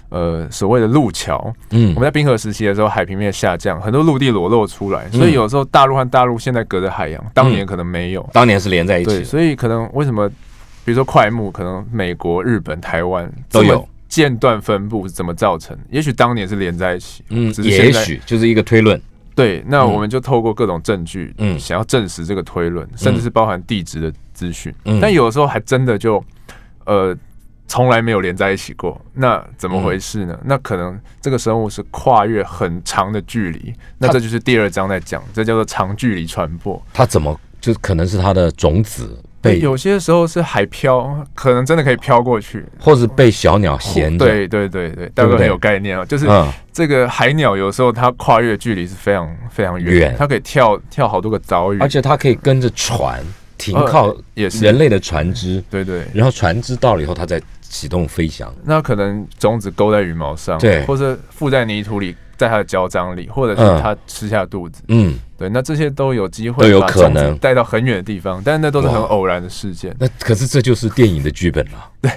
呃，所谓的路桥，嗯我们在冰河时期的时候，海平面下降，很多陆地裸露出来，嗯所以有时候大陆和大陆现在隔着海洋，当年可能没有。当年是连在一对，起的，所以可能为什么，比如说快木，可能美国、日本、台湾都有这么间断分布是怎么造成？也许当年是连在一起，嗯只，是也现在许就是一个推论，对。那嗯我们就透过各种证据，嗯想要证实这个推论，甚至是包含地质的资讯。嗯但有的时候还真的就，呃，从来没有连在一起过。那怎么回事呢？嗯那可能这个生物是跨越很长的距离，那这就是第二章在讲，这叫做长距离传播。它怎么就可能是它的种子对，被，有些时候是海漂，可能真的可以飘过去，或是被小鸟衔着，对对对对，大哦对不哥对很有概念啊，就是嗯这个海鸟有时候它跨越距离是非常非常远远，它可以跳跳好多个岛屿，而且它可以跟着船停靠呃也是人类的船只，对对。然后船只到了以后，它再启动飞翔。那可能种子勾在羽毛上，对或者附在泥土里，在它的脚掌里，或者嗯是它吃下肚子，嗯，对，那这些都有机都会有把可种子能带到很远的地方，但是那都是很哇偶然的事件。那可是这就是电影的剧本了。对，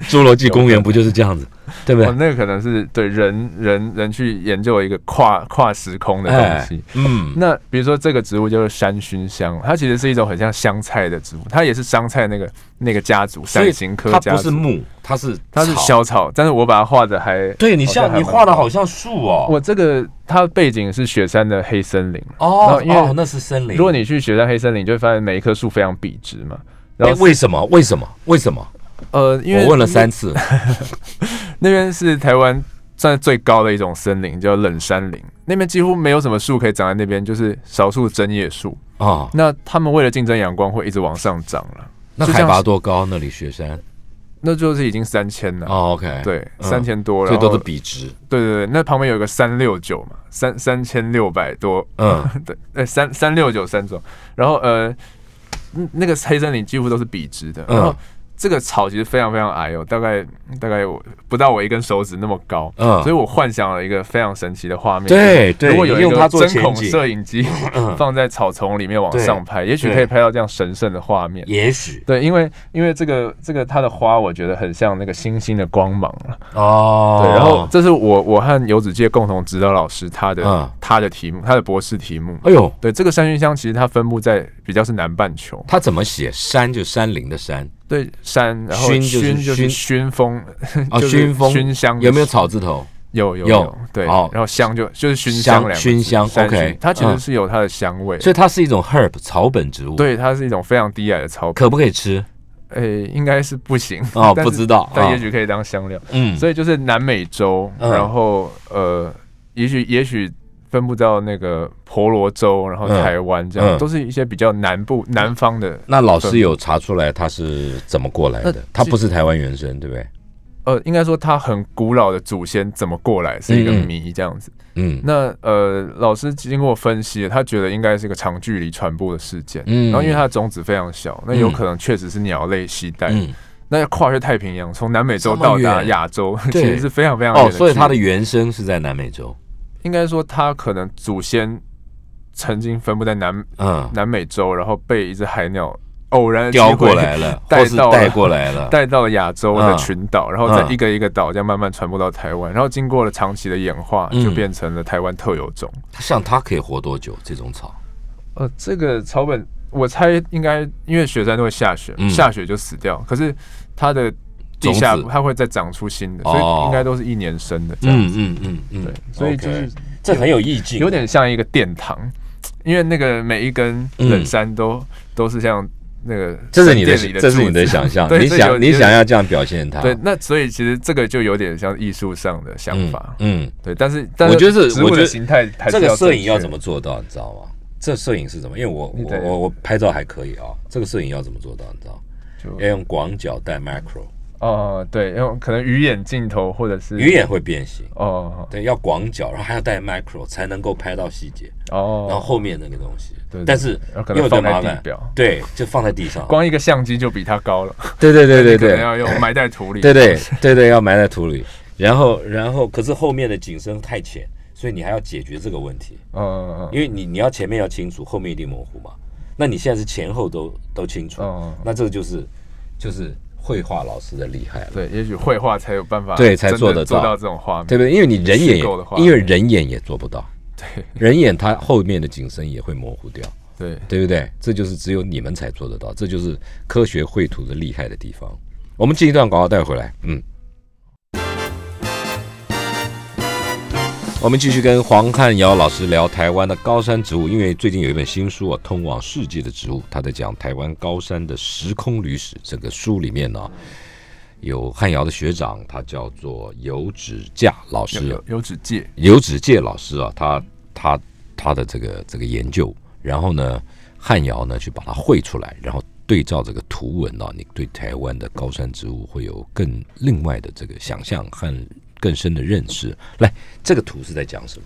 《侏罗纪公园》不就是这 样子，对不哦，对？那个可能是对人人人去研究一个跨跨时空的东西。嗯，那比如说这个植物就是山熏香，它其实是一种很像香菜的植物，它也是香菜那个那个家族所以伞形科它家不是族，木，它是它是草。小草，但是我把它画的还对你好像像还你蛮画的好像树哦。我这个它背景是雪山的黑森林。哦那因为哦，那是森林。如果你去雪山黑森林，就会发现每一棵树非常笔直嘛。然哎后为什么？为什么？为什么？呃，因为我问了三次。那边是台湾算是最高的一种森林，叫冷杉林。那边几乎没有什么树可以长在那边，就是少数针叶树。哦，那他们为了竞争阳光，会一直往上涨了。那就海像拔是多高？那里雪山？那就是已经三千了。哦，OK。对，嗯三，千多，所以然都后是笔直。对对对，那旁边有一个三六九嘛，三三千六百多，嗯， 对，呃，三三六九三种，然后呃，嗯那个黑森林几乎都是笔直的，嗯然后这个草其实非常非常矮哦，大概大概我不到我一根手指那么高，嗯所以我幻想了一个非常神奇的画面，对对如果有一用它个做针前孔景摄影机放在草丛里面往对上拍，也许对可以拍到这样神圣的画面，也许对，因为因为这个这个它的花，我觉得很像那个星星的光芒啊哦。对，然后这是我我和游子界共同指导老师他的、嗯他的题目，他的博士题目。哎呦，对，这个山熏香其实它分布在比较是南半球，他怎么写山就山林的山对山，然后熏熏就是熏是熏风，啊， 就是熏风熏香有没有草字头？有有有对，哦然后香就就是熏香两个字熏香山 OK，熏它其嗯实是有它的香味，所以它是一种 herb 草本植物，，对，它是一种非常低矮的草本，可不可以吃？诶，应该是不行哦 但不是知道但哦也许可以当香料。嗯，所以就是南美洲，嗯然后呃，也许也许分布到那个婆罗洲，然后嗯台湾这样，嗯都是一些比较南部南方的。那老师有查出来他是怎么过来的？呃嗯他不是台湾原生，对不对？呃，应该说它很古老的祖先怎么过来是一个嗯嗯谜这样子。嗯那呃，老师经过分析，他觉得应该是一个长距离传播的事件。嗯然后因为它的种子非常小，那有可能确实是鸟类携带。嗯，那要跨越太平洋，从南美洲这么到远达亚洲， 其对实是非常非常远哦，距所以它离的原生是在南美洲，应该说他可能祖先曾经分布在南嗯，南美洲，然后被一只海鸟偶然地叼机会过来了，带或是到带过来了， 带到了亚洲的群岛，然后再嗯一个一个岛这样慢慢传播到台湾，然后经过了长期的演化，嗯就变成了台湾特有种。它像它可以活多久？这种草，呃，这个草本我猜应该因为雪山都会下雪，嗯下雪就死掉，可是它的地下种子它会再长出新的，哦所以应该都是一年生的这样。嗯嗯嗯嗯，对，所以就是 OK 这很有意境，有点像一个殿堂，因为那个每一根冷杉都、都是像那个嗯这是你神殿里的，的这是你的 柱子想象，对你这有想你有想要这样表现它，对，那所以其实这个就有点像艺术上的想嗯法，嗯，对，但是但我觉得是植物我觉的得形态还是这个摄影要正怎么做到？你知道吗？这摄影是怎么？因为我你我得我我拍照还可以啊，这个摄影要怎么做到？你知道？就要用广角带 macro，确哦，对，因为可能鱼眼镜头或者是鱼眼会变形，哦对，要广角，然后还要带 macro 才能够拍到细节，哦，然后后面那个东西对对。但是然后可能又得放在麻地烦表，对，就放在地上。光一个相机就比它高了，对对对对可能对要用埋在土里，对对对对，要埋在土里。然后然后，可是后面的景深太浅，所以你还要解决这个问题。嗯，嗯因为你你要前面要清楚，后面一定模糊嘛。那你现在是前后都都清楚，哦那这个就是就是绘画老师的厉害了，对，也许绘画才有办法对才真的做得做到到这种画面，对不对？因为你人眼也虚构的话因为人眼也做不到，对，人眼它后面的景深也会模糊掉，对对不对？这就是只有你们才做得到，这就是科学绘图的厉害的地方。我们进一段广告带回来，嗯。我们继续跟黄汉尧老师聊台湾的高山植物，因为最近有一本新书啊，《通往世界的植物》，他在讲台湾高山的时空旅史。这个书里面呢、有汉尧的学长，他叫做游指架老师有，有有纸借，游子介老师啊，他他他的这个这个研究，然后呢，汉尧呢去把它绘出来，然后对照这个图文啊，你对台湾的高山植物会有更另外的这个想象和更深的认识。来，这个图是在讲什么？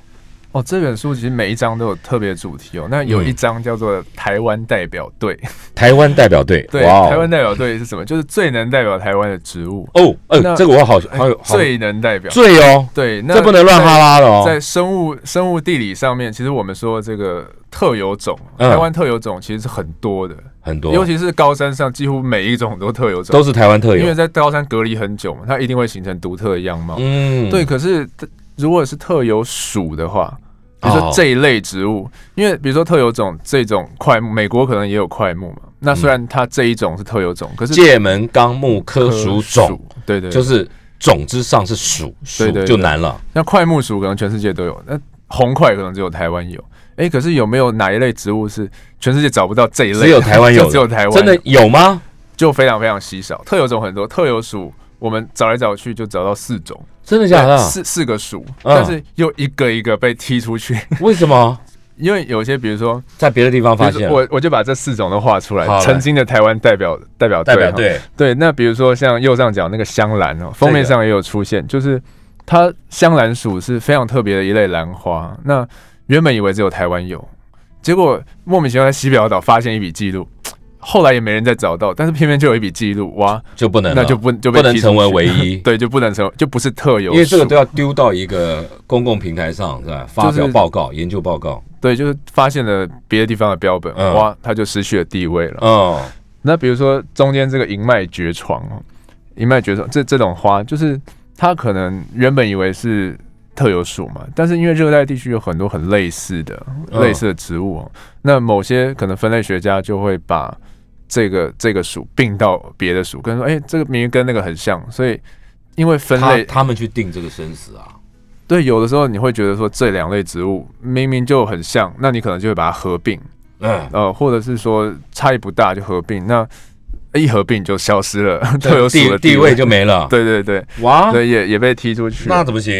哦，这本书其实每一章都有特别主题哦。那有一章叫做“台湾代表队”，台湾代表队，对，嗯哇哦台湾代表队是什么？就是最能代表台湾的植物，哦，那哎呃，这个我好好有好最能代表。最哦，对，那这不能乱哈拉的在。哦在。生物生物地理上面，其实我们说这个特有种，嗯台湾特有种其实是很多的，很多，尤其是高山上，几乎每一种都特有种，都是台湾特因为有。在高山隔离很久嘛，它一定会形成独特的样貌。嗯，对，，可是它如果是特有属的话，比如哦说这一类植物，因为比如说特有种这种块木，美国可能也有块木嘛。那虽然它这一种是特有种，可是界门纲目科科属种，，对对，就就是是种之上是属，属对对就对难了。那块木属可能全世界都有，那红块可能只有台湾有。哎，可是有没有哪一类植物是全世界找不到这一类的？只有台湾有 就只有台湾真的有吗？就非常非常稀少。特有种很多，特有属我们找来找去就找到四种，真的假的？四四个属，嗯但是又一个一个被踢出去， 为什么因为有些比如说在别的地方发比如现说我我就把这四种都画出来好，嘞曾经的台湾代表代表队代表哈队对，那比如说像右上角那个香兰哦，封面上也有出现，就是它香兰属是非常特别的一类兰花。那原本以为只有台湾有，结果莫名其妙在西表岛发现一笔记录，后来也没人再找到，但是偏偏就有一笔记录，哇，就不能了，那就不就被哦不能踢出成为去唯一， 对，就不能成为就不是特有属，因为这个都要丢到一个公共平台上，是吧？发就表是报告、研究报告。对，就是发现了别的地方的标本，嗯哇，它就失去了地位了。哦，那比如说中间这个银麦蕨床哦，银麦蕨床这这种花，就是它可能原本以为是特有属嘛，但是因为热带地区有很多很类似的、嗯类似的植物哦，那某些可能分类学家就会把这个这个属并到别的属，跟说哎、这个明明跟那个很像，所以因为分他类他们去定这个生死啊，对有的时候你会觉得说这两类植物明明就很像，那你可能就会把它合并， 嗯，呃，或者是说差异不大就合并，那一合并就消失了 特有属的地位位就啊没了。对对对，哇，所以也也被踢出去。那怎么行？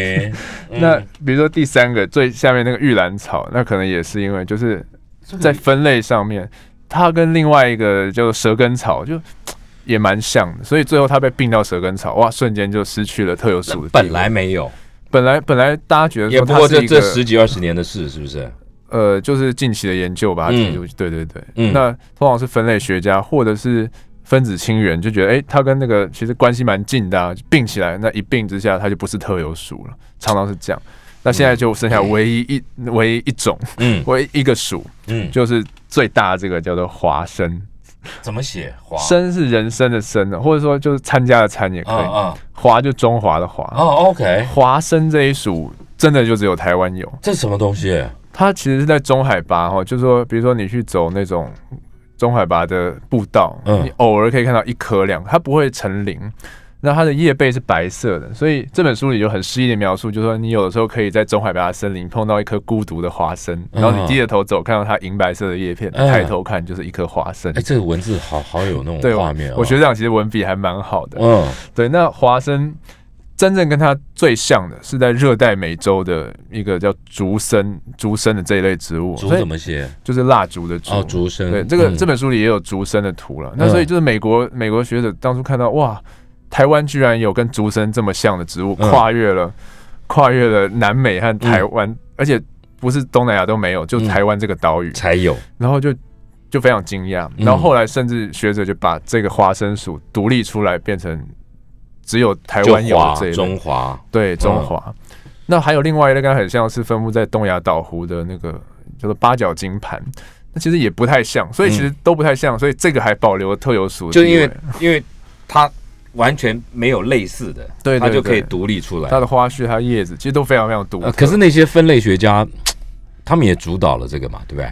那比如说第三个最下面那个玉兰草，那可能也是因为就是在分类上面，它跟另外一个叫蛇根草就也蛮像的，所以最后它被并到蛇根草，哇，瞬间就失去了特有属的地位。本来没有，本来本来大家觉得也说不它过是这一这个十几二十年的事，是不是？呃，就是近期的研究把它提出去。对对对，嗯那通常是分类学家或者是分子亲缘就觉得，哎、它跟那个其实关系蛮近的、啊，并起来，那一并之下，它就不是特有属了，常常是这样。那现在就剩下唯一一、唯一一种、嗯唯一一个属，嗯，就是最大的这个叫做华参。怎么写？华参是人参的参啊，或者说就是参加的参也可啊以。啊华就中华的哦华， ，OK，华参这一属真的就只有台湾有。这什么东西？它其实是在中海拔哈，就是说，比如说你去走那种中海拔的步道，嗯你偶尔可以看到一颗两颗，它不会成林。那它的叶背是白色的，所以这本书里就很诗意的描述，就是说你有的时候可以在中海拔的森林碰到一颗孤独的花生，然后你低着头走，看到它银白色的叶片，嗯抬头看就是一颗花生哎，。这个文字好好有那对，种我画面啊。我学长其实文笔还蛮好的。嗯对，那华生真正跟它最像的是在热带美洲的一个叫竹参，竹参的这一类植物。竹所以怎么写？就是蜡烛的烛。哦，竹生。对，这个、嗯这本书里也有竹生的图了。那所以就是美国美国学者当初看到哇，台湾居然有跟竹生这么像的植物，嗯跨越了跨越了南美和台湾，而且不是东南亚都没有，就嗯台湾这个岛屿，才有。然后就。就非常惊讶，嗯然后后来甚至学者就把这个花生属独立出来，变成只有台就湾有的华这一类中华对嗯中华。那还有另外一类跟它很像是分布在东亚岛湖的那个叫做八角金盘，那其实也不太像，所以其实都不太像，所以这个还保留了特有属嗯的就地因位，为因为它完全没有类似的，对对它就可以对独立出来它。的花絮、它的叶子其实都非常非常独特。呃可是那些分类学家，他们也主导了这个嘛，对不对？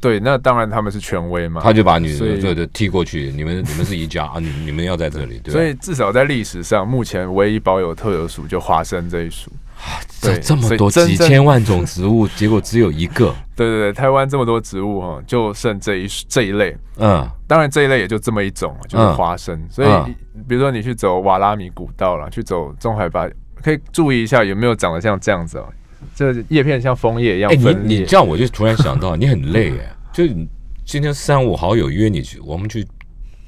对，那当然他们是权威嘛，他就把你所以对对踢过去，你们你们是一家啊，你你们要在这里，对吧？所以至少在历史上，目前唯一保有特有属就花生这一属。这对这么所以多真几正千万种植物，结果只有一个，对对对，台湾这么多植物哈，就剩这一这一类，嗯，当然这一类也就这么一种，就是花生。所以、比如说你去走瓦拉米古道了，去走中海拔，可以注意一下有没有长得像这样子哦、这叶片像枫叶一样哎，你分裂。你这样我就突然想到，你很累 哎，就你今天三五好友约你去，我们去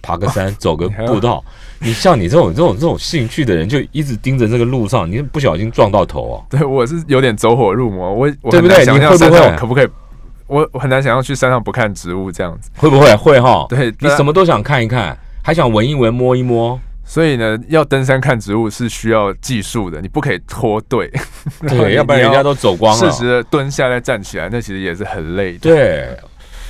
爬个 山，走个哦还要步道。你像你这种这种这种兴趣的人，就一直盯着这个路上，你不小心撞到头 哦。 对我是有点走火入魔，我我对不很对难想你象会山不上会可不可以，我我很难想象去山上不看植物这样子。会不会会哈？对你什么都想看一看，还想闻一闻、摸一摸。所以呢，要登山看植物是需要技术的，你不可以脱队， 对，要不然人家都走光适了。时的蹲下来站起来，那其实也是很累的。对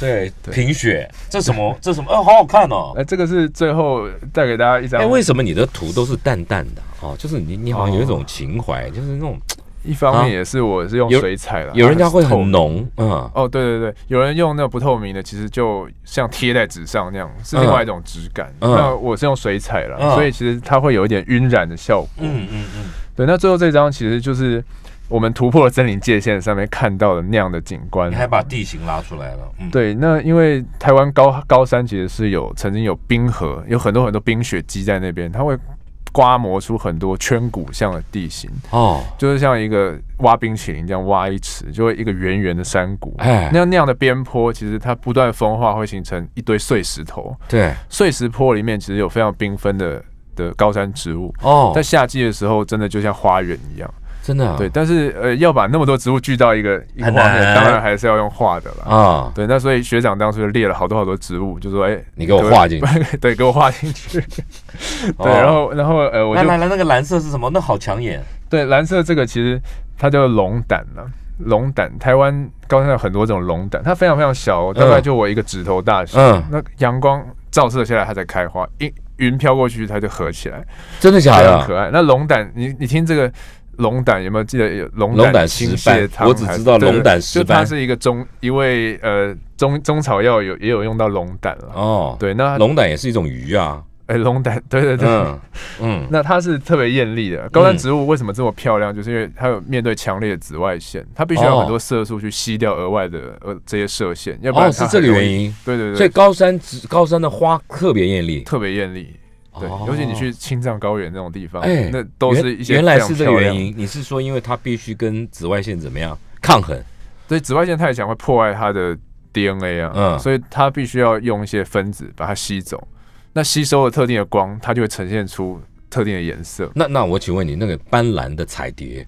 对，贫血，这什么这什么？哦，好好看哦。哎，这个是最后带给大家一张哎，为什么你的图都是淡淡的哦？就是你你好像有一种情怀，就是那种一方啊面也是我是用有水彩了，有人家会透明很浓，嗯。哦，对对对，有人用那种不透明的，其实就像贴在纸上那样，是另嗯外一种质感。嗯那我是用水彩了，嗯所以其实它会有一点晕染的效果。嗯嗯嗯，对，那最后这张其实就是我们突破了森林界限上面看到的那样的景观你。还把地形拉出来了，嗯，对，那因为台湾高高山其实是有曾经有冰河，有很多很多冰雪积在那边，它会刮磨出很多圈谷像的地形，哦，就是像一个挖冰淇淋这样挖一尺，就会一个圆圆的山谷。哎，那那样的边坡，其实它不断风化会形成一堆碎石头，对，碎石坡里面其实有非常缤纷的的高山植物，哦在，夏季的时候真的就像花园一样。真的啊，对，但是呃，要把那么多植物聚到一个一个很画面，难当然还是要用画的啦。啊，对，那所以学长当初就列了好多好多植物，就说：“哎、你给我画进去，去， 对，给我画 进去。”哦对，然后然后呃，我来就来来，那个蓝色是什么？那好抢眼，对蓝色这个其实它叫龙胆了。龙胆，台湾高山有很多种龙胆，它非常非常小、哦，大概嗯就我一个指头大小。嗯，那阳光照射下来，它才开花；云云飘过去，它就合起来，真的假非常的？可爱。那龙胆，你你听这个龙胆有没有记得有龙龙胆青石蟹斑汤还？我只知道对对龙胆对石就它斑是一个中一位呃中中草药有也有用到龙胆了。哦，，对，那龙胆也是一种鱼啊，哎龙胆，对对对。嗯嗯，那它是特别艳丽的高山植物，为什么这么漂亮？就是因为它有面对强烈的紫外线，它必须要有哦很多色素去吸掉额外的呃这些射线，要不然哦，它是这个很容易原。因，对对对，所以高山植高山的花特别艳丽，特别艳丽。对哦，尤其你去青藏高原那种地方，哎，那都是原一些原来非常是这个漂亮原。因，你是说因为它必须跟紫外线怎么样抗衡？所以紫外线太强会破坏它的 DNA 啊，嗯所以它必须要用一些分子把它吸走。那吸收了特定的光，它就会呈现出特定的颜色。那那我请问你，那个斑斓的彩蝶，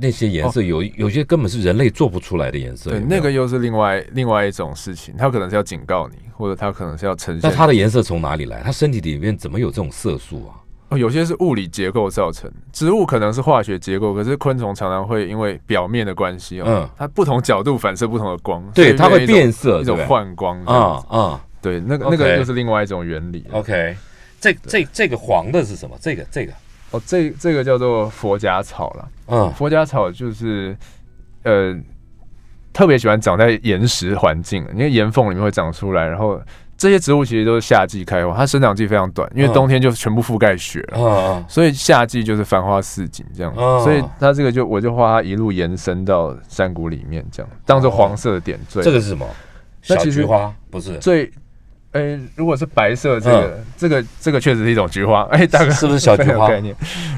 那些颜色有、有些根本是人类做不出来的颜色。对，有没那有个，又是另外另外一种事情，它可能是要警告你，或者它可能是要呈现。那它的颜色从哪里来？它身体里面怎么有这种色素啊？哦，有些是物理结构造成的，植物可能是化学结构，可是昆虫常常会因为表面的关系哦，嗯它不同角度反射不同的光，对所以它会一种变色对一种不对幻光这样啊子啊对，那个那个 OK 又是另外一种原理。 ，OK，这这这个黄的是什么？这个这个，哦，这这个叫做佛甲草啦。嗯佛甲草就是呃特别喜欢长在岩石环境，因为岩缝里面会长出来，然后这些植物其实都是夏季开花，它生长季非常短，因为嗯冬天就全部覆盖雪了。啊所以夏季就是繁花似锦这样，哦所以它这个就我就画它一路延伸到山谷里面这样，当哦做黄色的点缀。这个是什么？小那其实菊花不是，最，呃、如果是白色这个，这个这个确实是一种菊花， 哎、大哥嗯是不是小 菊花嗯非常有概念？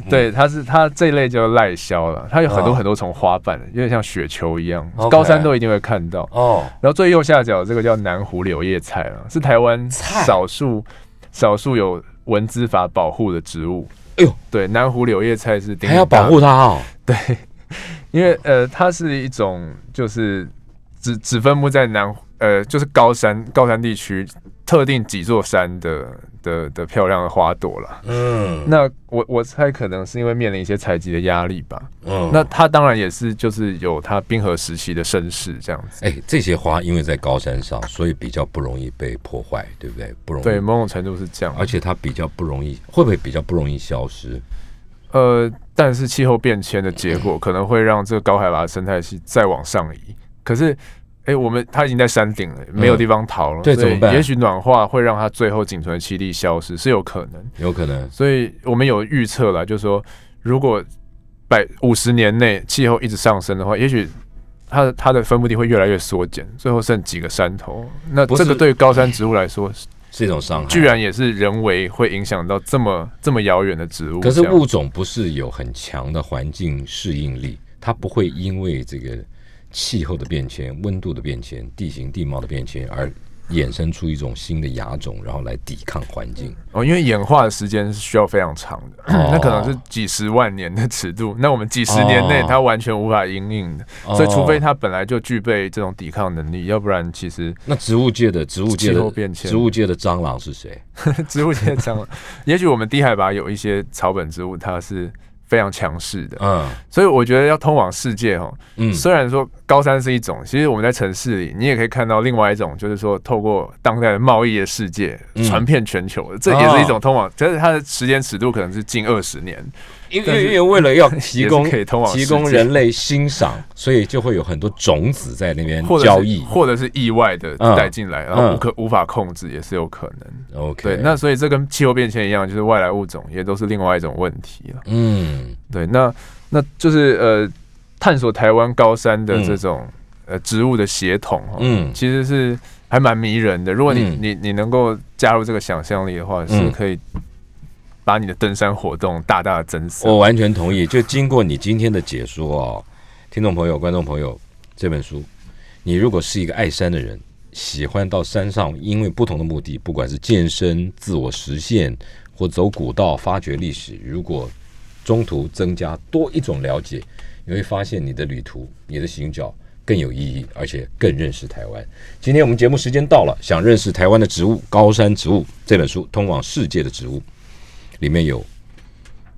对，它是它这一类叫赖肖了，它有很哦多很多丛花瓣，有点像雪球一样 OK 高山都一定会看到。哦，然后最右下角这个叫南湖柳叶菜啊，是台湾菜少数少数有文资法保护的植物。哎呦，对，南湖柳叶菜是鼎还要鼎大保护它哦。因为呃，它是一种就是只只分布在南呃，就是高山高山地区特定几座山的的的漂亮的花朵啦。嗯那我我猜可能是因为面临一些采集的压力吧。嗯那它当然也是就是有它冰河时期的身世这样子。哎，这些花因为在高山上，所以比较不容易被破坏，对不对？不容易。对，某种程度是这样。而且它比较不容易，会不会比较不容易消失？呃，但是气候变迁的结果可能会让这个高海拔生态系再往上移。可是，哎、我们它已经在山顶了，没有地方逃了，嗯对所以怎么办也许暖化会让它最后仅存的栖地消失，是有可能。有可能。所以我们有预测了，就是说，如果百五十年内气候一直上升的话，也许。它的它的分布地会越来越缩减，最后剩几个山头。那不是这个对于高山植物来说，是一种伤害。居然也是人为会影响到这么这么遥远的植物。可是这样物种不是有很强的环境适应力，它不会因为这个气候的变迁、温度的变迁、地形地貌的变迁而衍生出一种新的亚种，然后来抵抗环境。哦，因为演化的时间是需要非常长的，哦 那可能是几十万年的尺度。 那我们几十年内哦它完全无法应应的，哦所以除非它本来就具备这种抵抗能力，要不然 其实那植物界的植物界气候的变迁植物界的蟑螂是谁？植物界长，也许我们低海拔有一些草本植物它是非常强势的，嗯所以我觉得要通往世界哦。嗯，虽然说高山是一种，其实我们在城市里，你也可以看到另外一种，就是说透过当代的贸易的世界嗯传遍全球的，这也是一种通往，但是它的时间尺度可能是近二十年。因但为是因为为了要提供 也是可以通往世界提供人类欣赏，所以就会有很多种子在那边或者是交易。或者是意外的嗯带进来，然后无可无法控制也是有可能。 OK，对，那所以这跟气候变迁一样，就是外来物种也都是另外一种问题了。嗯对，那那就是呃，探索台湾高山的这种、呃植物的血统哦，嗯其实是还蛮迷人的。如果你、嗯你你能够加入这个想象力的话，是嗯可以把你的登山活动大大的增色。我完全同意。就经过你今天的解说哦，听众朋友、观众朋友，这本书，你如果是一个爱山的人，喜欢到山上，因为不同的目的，不管是健身、自我实现，或走古道、发掘历史，如果中途增加多一种了解，你会发现你的旅途、你的行脚更有意义，而且更认识台湾。今天我们节目时间到了，想认识台湾的植物——高山植物这本书，通往世界的植物，里面有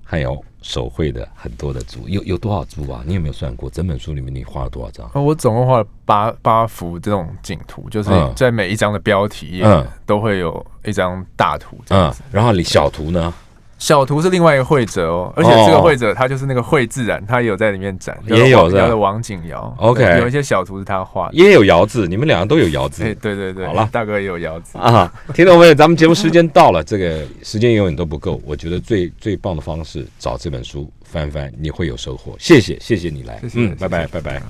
汉瑶手绘的很多的株，有有多少株啊？你有没有算过？整本书里面你画了多少张？呃我总共画了八八幅这种景图，就是嗯在每一张的标题页嗯都会有一张大图这样嗯子。，然后你小图呢？小图是另外一个绘者哦，而且这个绘者他就是那个绘自然，他也有在里面展，也有是吧叫做王景尧。 OK 对有一些小图是他画的。也有姚字，你们两个都有姚字。哎，对对对，好了大哥也有窑子。啊，听众朋友，咱们节目时间到了，这个时间永远都不够。我觉得最最棒的方式，找这本书翻翻，你会有收获。谢谢，谢谢你来，谢谢嗯，谢谢拜拜，拜拜。